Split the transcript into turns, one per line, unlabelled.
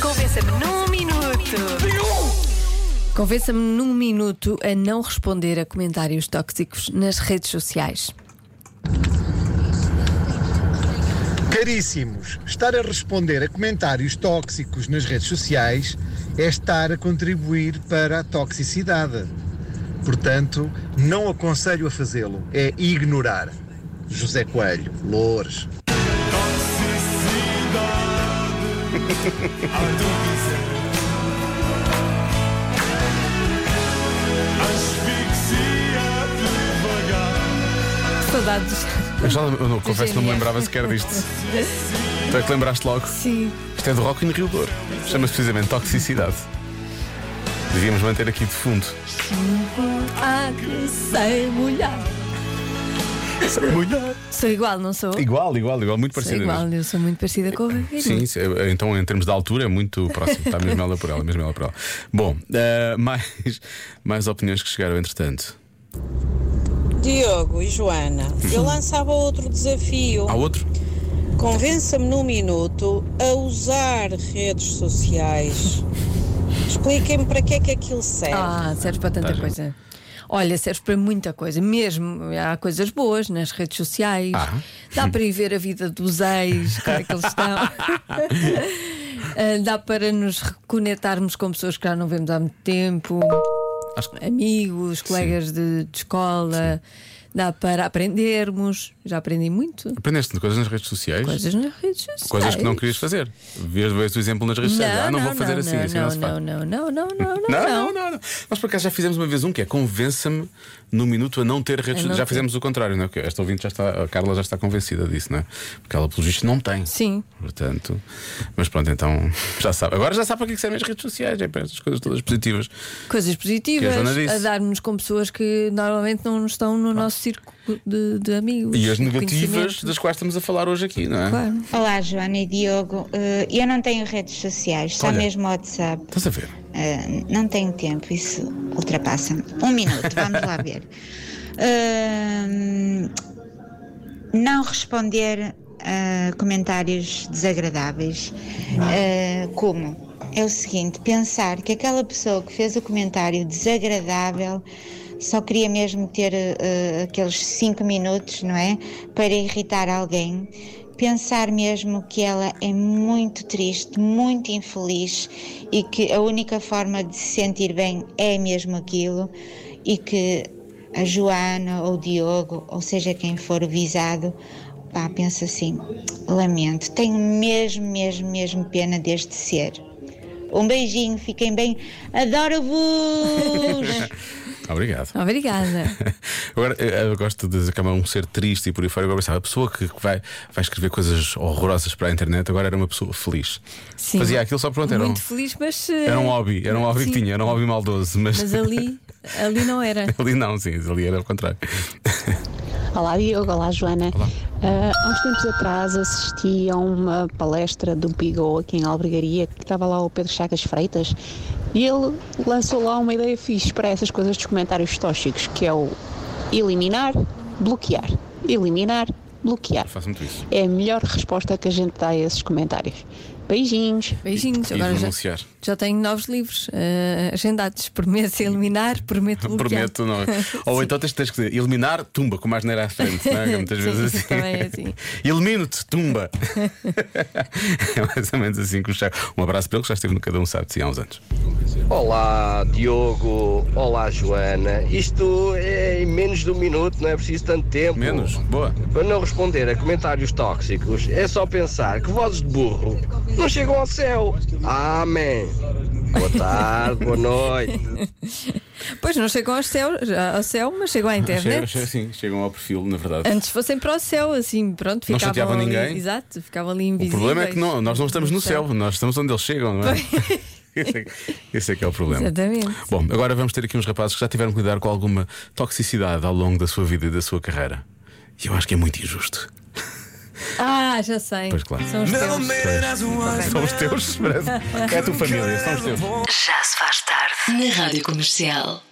Convença-me num minuto.
Convença-me num minuto a não responder a comentários tóxicos nas redes sociais.
Caríssimos, estar a responder a comentários tóxicos nas redes sociais é estar a contribuir para a toxicidade. Portanto, não aconselho a fazê-lo, é ignorar. José Coelho, Loures.
Saudades.
Eu já eu não, confesso, não me
Genial.
lembrava sequer disto. Tu é que lembraste logo?
Sim.
Isto é do Rock in Rio Dor. Chama-se precisamente Toxicidade. Devíamos manter aqui de fundo.
Ah, que sei mulher. Sou igual, não sou?
Igual, igual, igual, muito
sou
parecido.
igual, eu sou muito parecida com o Rui.
Sim, sim, eh, então em termos de altura é muito próximo. Está mesmo ela por ela, mesmo ela por ela. Bom, eh, mais, mais opiniões que chegaram entretanto.
Diogo e Joana, eu lançava outro desafio.
Há outro?
Convença-me num minuto a usar redes sociais. Expliquem-me para que é que aquilo serve.
Ah, serve para tanta
Tá,
coisa. Olha, serve para muita coisa, mesmo. Há coisas boas nas redes sociais.
Ah.
Dá para ir ver a vida dos ex, como é que eles estão. Ah, Dá para nos reconectarmos com pessoas que já não vemos há muito tempo,
Acho que-
amigos, colegas de, de escola. Dá para aprendermos. Já aprendi muito.
Aprendeste coisas nas redes sociais?
Coisas nas redes sociais.
Coisas que não querias fazer. Vês vês o exemplo nas redes
Não,
sociais. Ah, não, vou fazer
não,
assim, assim não, se faz.
não, não, não, não, não, não, não.
Não, não, não, não. Nós por acaso já fizemos uma vez um que é convença-me no minuto a não ter redes
A não
sociais. Já
ter.
fizemos o contrário, não é? Porque Esta ouvinte já está, a Carla já está convencida disso, não é? Porque ela, pelo visto, não tem.
Sim.
Portanto, mas pronto, então já sabe. Agora já sabe para que, é que servem as redes sociais, é para essas coisas todas positivas.
Coisas positivas,
Que a Joana disse. Ah.
a darmos com pessoas que normalmente não estão no nosso círculo de, de amigos.
E as
de
negativas
conhecimento.
das quais estamos a falar hoje aqui, não é?
Claro.
Olá, Joana e Diogo. Eh, eu não tenho redes sociais, só
Olha.
mesmo WhatsApp.
Estás a ver?
Eh, não tenho tempo, isso ultrapassa-me. Um minuto, vamos lá ver. Ehm, Ahm, não responder a comentários desagradáveis. Eh, como? É o seguinte: pensar que aquela pessoa que fez o comentário desagradável só queria mesmo ter eh, aqueles cinco minutos, não é? Para irritar alguém. Pensar mesmo que ela é muito triste, muito infeliz e que a única forma de se sentir bem é mesmo aquilo e que a Joana ou o Diogo, ou seja quem for o visado, pá, pensa assim: lamento, tenho mesmo, mesmo, mesmo pena deste ser. Um beijinho, fiquem bem, adoro-vos!
Obrigado.
Obrigada.
Agora, eu eu gosto de dizer que é um ser triste e por aí fora. Agora, sabe, a pessoa que que vai, vai escrever coisas horrorosas para a internet agora era uma pessoa feliz.
Sim.
Fazia aquilo só pronto, era um,
Muito feliz, mas. eh,
era um hobby, era um hobby que
sim.
tinha, era um hobby maldoso, mas,
Mas ali, ali não era.
ali não, sim, ali era o contrário.
Olá Diogo, olá Joana. Ah, há uns tempos atrás assisti a uma palestra do Bigode aqui em Albergaria, que estava lá o Pedro Chagas Freitas, e ele lançou lá uma ideia fixe para essas coisas dos comentários tóxicos, que é o eliminar, bloquear. Eliminar, bloquear.
Faço muito isso.
É a melhor resposta que a gente dá a esses comentários. Beijinhos.
Beijinhos.
E
Agora já,
denunciar.
já tenho novos livros eh, agendados. Prometo eliminar, prometo bloquear.
Prometo, não. Ou então tens, tens que dizer, eliminar, tumba, com mais neira à frente, não é? Que Muitas
Sim,
vezes
isso
assim.
também é assim.
Elimino-te, tumba. é mais ou menos assim que o chá. Um abraço para ele que já esteve no Cada Um Sabe de Si há uns anos.
Olá Diogo, olá Joana. Isto é em menos de um minuto, não é preciso tanto tempo.
Menos, boa.
Para não responder a comentários tóxicos, é só pensar que vozes de burro não chegam ao céu. Amém. Boa tarde, boa noite.
Pois não chegam aos céus, ao céu, mas chegam à
Chegam,
internet.
chegam, sim, assim, chegam ao perfil, na verdade.
Antes fossem para o céu, assim, pronto,
Não
ficavam
chateavam
ali,
ninguém.
Exato, ficavam ali
O
invisíveis.
problema é que não, nós não estamos no
Não sei.
céu, nós estamos onde eles chegam, não é? Esse é, esse é que é o problema.
Exatamente.
Bom, agora vamos ter aqui uns rapazes que já tiveram que lidar com alguma toxicidade ao longo da sua vida e da sua carreira. E eu acho que é muito injusto.
Ah, já sei.
Pois claro.
São os teus.
São os teus, parece. É a tua família, são os teus.
Já se faz tarde. Na Rádio Comercial.